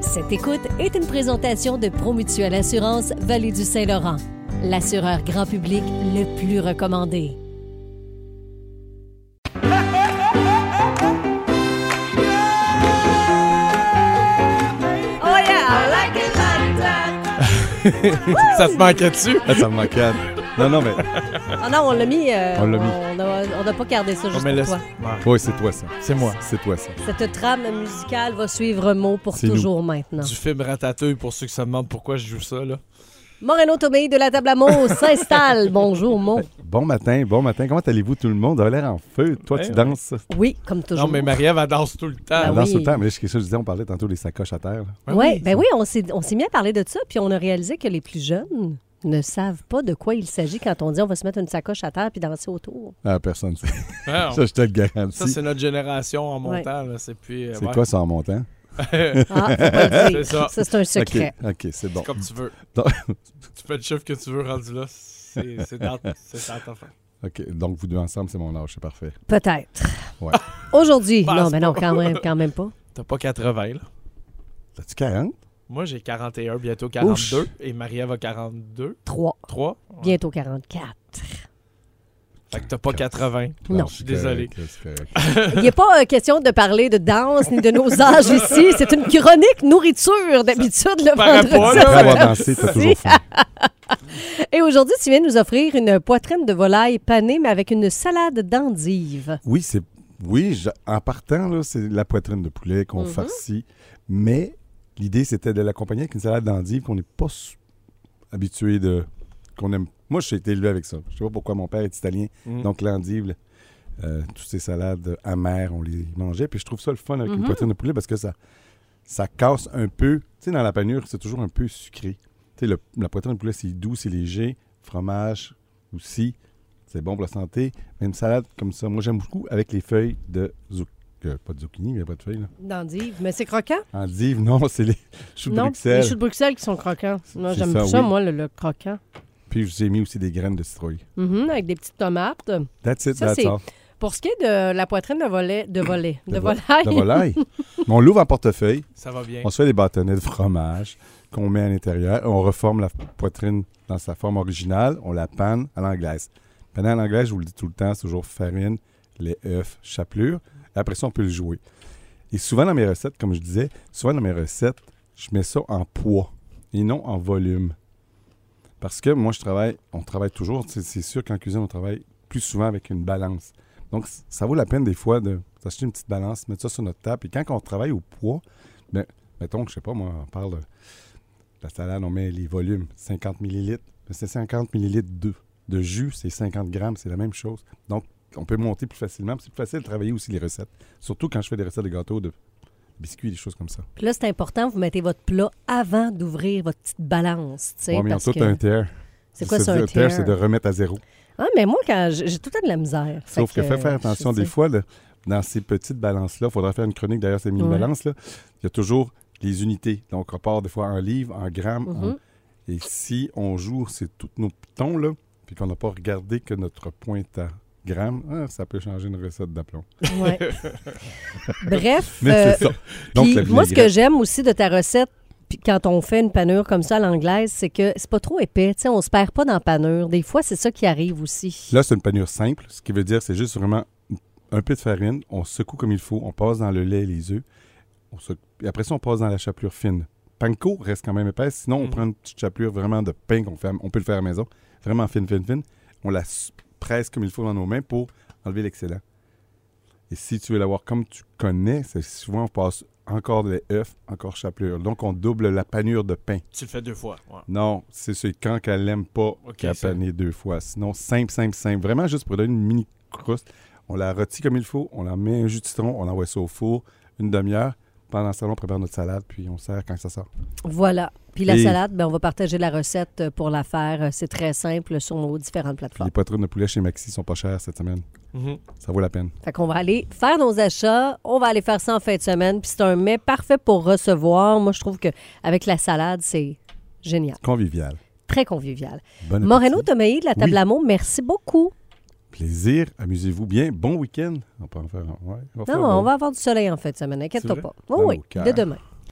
Cette écoute est une présentation de Promutuelle Assurance Vallée du Saint-Laurent, l'assureur grand public le plus recommandé. Oh yeah, I like it like that. Ça te manquait-tu? Ah, ça me manquait. Non, non, mais. Ah non, on l'a mis. euh, On l'a mis. On a- on n'a pas gardé ça juste mais pour laisse- toi. Oui, c'est toi ça. C'est moi. C'est toi ça. Cette trame musicale va suivre mot pour C'est nous. toujours maintenant. Du film Ratatouille, pour ceux qui se demandent pourquoi je joue ça, là. Moreno Tomei de la table à mots s'installe. Bonjour, Mo. Bon matin, bon matin. Comment allez-vous tout le monde? On a l'air en feu. Toi, Eh, tu ouais. danses. ça. Oui, comme toujours. Non, mais Marie-Ève, elle danse tout le Ah On temps. oui. danse tout le temps. Mais là, c'est ça, je disais, on parlait tantôt des sacoches à terre. là. Ben Ouais, oui. ben oui, on s'est on s'est mis à parler de ça, puis on a réalisé que les plus jeunes ne savent pas de quoi il s'agit quand on dit on va se mettre une sacoche à terre puis danser autour. Ah, personne. sait. Ah, on- Ça, je te le garantis. ça, c'est notre génération en Ouais. montant, là. C'est puis, euh, c'est ouais. quoi ça en montant? Ah, faut pas le dire. C'est ça. Ça, c'est un secret. OK, OK, c'est bon. Comme tu veux. Non. tu fais le chiffre que tu veux rendu là. C'est c'est dans, c'est dans ta fin. OK, donc vous deux ensemble, c'est mon âge, c'est parfait. Peut-être. Ouais. Aujourd'hui. Pense non, mais non, pas. quand même, quand même pas. T'as pas 80, là. T'as-tu 40? Moi, j'ai 41, bientôt 42. Et Marie-Ève a 42, Trois. 3. Bientôt 44. Fait que t'as pas 80. Non. je suis Désolé. correct, c'est correct. Il n'est pas euh, question de parler de danse ni de nos âges ici. C'est une chronique nourriture d'habitude le paraît vendredi. pas, Après là. avoir dansé, t'as toujours faim. Et aujourd'hui, tu viens nous offrir une poitrine de volaille panée, mais avec une salade d'endive. Oui, c'est. Oui, je- en partant, là, c'est la poitrine de poulet qu'on Mhm. farcit. Mais l'idée, c'était de l'accompagner avec une salade d'endive qu'on n'est pas s- habitué de. qu'on aime. Moi, j'ai été élevé avec ça. Je sais pas pourquoi mon père est italien. Mm. Donc, l'endive, euh, toutes ces salades amères, on les mangeait. Puis je trouve ça le fun avec Mhm. une poitrine de poulet parce que ça, ça casse un peu. Tu sais, dans la panure, c'est toujours un peu sucré. Tu sais, le- la poitrine de poulet, c'est doux, c'est léger. Fromage aussi, c'est bon pour la santé. Mais une salade comme ça, moi, j'aime beaucoup avec les feuilles de zucchini. pas de zucchini, il n'y a pas de feuilles. Là. D'endive, mais c'est croquant? Endive, non, c'est les choux de non, Bruxelles. les choux de Bruxelles qui sont croquants. Non, C'est j'aime ça, ça, oui. moi, le, le croquant. Puis j'ai mis aussi des graines de citrouille. Mhm, avec des petites tomates. That's it, Ça, that's c'est- all. Pour ce qui est de la poitrine de volet, de volet, de, De vo- volaille, De volaille. Mais on l'ouvre en portefeuille, Ça va bien. on se fait des bâtonnets de fromage qu'on met à l'intérieur. On reforme la poitrine dans sa forme originale. On la panne à l'anglaise. Panne à l'anglaise, je vous le dis tout le temps, c'est toujours farine, les œufs, chapelure. Après ça, on peut le jouer. Et souvent dans mes recettes, comme je disais, souvent dans mes recettes, je mets ça en poids et non en volume. Parce que moi, je travaille, on travaille toujours, c'est c'est sûr qu'en cuisine, on travaille plus souvent avec une balance. Donc, c- ça vaut la peine des fois de s'acheter une petite balance, mettre ça sur notre table. Et quand on travaille au poids, ben, mettons que, je sais pas, moi, on parle de la salade, on met les volumes, 50 millilitres. Ben, C'est 50 millilitres de, de jus, c'est 50 grammes, c'est la même chose. Donc, on peut monter plus facilement. puis C'est plus facile de travailler aussi les recettes. Surtout quand je fais des recettes de gâteaux, de biscuits, des choses comme ça. Puis là, c'est important, vous mettez votre plat avant d'ouvrir votre petite balance. tu sais, Ouais, mais ils ont parce tout que- un tiers. C'est quoi ça, un tiers? tiers? C'est de remettre à zéro. Ah, mais moi, quand j'ai j'ai tout le temps de la misère. Sauf que, fais faire euh, attention. je sais. Des fois, là, dans ces petites balances-là, il faudra faire une chronique d'ailleurs, ces mini-balances, là, il y a toujours les unités. Donc, on part des fois en livres, en grammes. en- Mhm. Et si on joue, c'est tous nos pitons, là, puis qu'on n'a pas regardé que notre point est à grammes, ah, ça peut changer une recette d'aplomb. Ouais. Bref, Mm-hmm. Mais euh, c'est ça. Donc, puis la moi, ce que vinaigrette. j'aime aussi de ta recette, puis quand on fait une panure comme ça à l'anglaise, c'est que c'est pas trop épais. Tu sais, on se perd pas dans la panure. Des fois, c'est ça qui arrive aussi. Là, c'est une panure simple, ce qui veut dire c'est juste vraiment un peu de farine, on secoue comme il faut, on passe dans le lait et les œufs, on secou- et après ça, on passe dans la chapelure fine. Panko reste quand même épaisse, sinon on Mhm. prend une petite chapelure vraiment de pain qu'on fait, à- on peut le faire à la maison, vraiment fine, fine, fine. On la s- presse comme il faut dans nos mains pour enlever l'excellent. Et si tu veux l'avoir comme tu connais, c'est souvent on passe encore de lait œuf, encore chapelure. Donc on double la panure de pain. Tu le fais deux fois. ouais. Non, c'est c'est quand qu'elle l'aime pas Ok, qu'elle ça- panait deux fois. Sinon, simple, simple, simple. Vraiment juste pour donner une mini croûte. On la rôtit comme il faut, on la met un jus de citron, on l'envoie ça au four une demi-heure. Pendant ce temps-là, on prépare notre salade, puis on sert quand ça sort. Voilà. Puis la Et- salade, ben, on va partager la recette euh, pour la faire. Euh, C'est très simple sur nos différentes Puis plateformes. les poitrines de poulet chez Maxi sont pas chères cette semaine. Mhm. Ça vaut la peine. Fait qu'on va aller faire nos achats, on va aller faire ça en fin de semaine, puis c'est un mets parfait pour recevoir. Moi, je trouve que avec la salade, c'est génial, Convivial. très convivial. Bonne Moreno Tomei de la table Oui. à mots, merci beaucoup. Plaisir, amusez-vous bien. Bon week-end. On peut en faire un. ouais, on va Non, faire un on bon. va avoir du soleil en fin de semaine, inquiète-toi C'est pas. vrai? Oui, Dans oui, nos cœurs. de demain.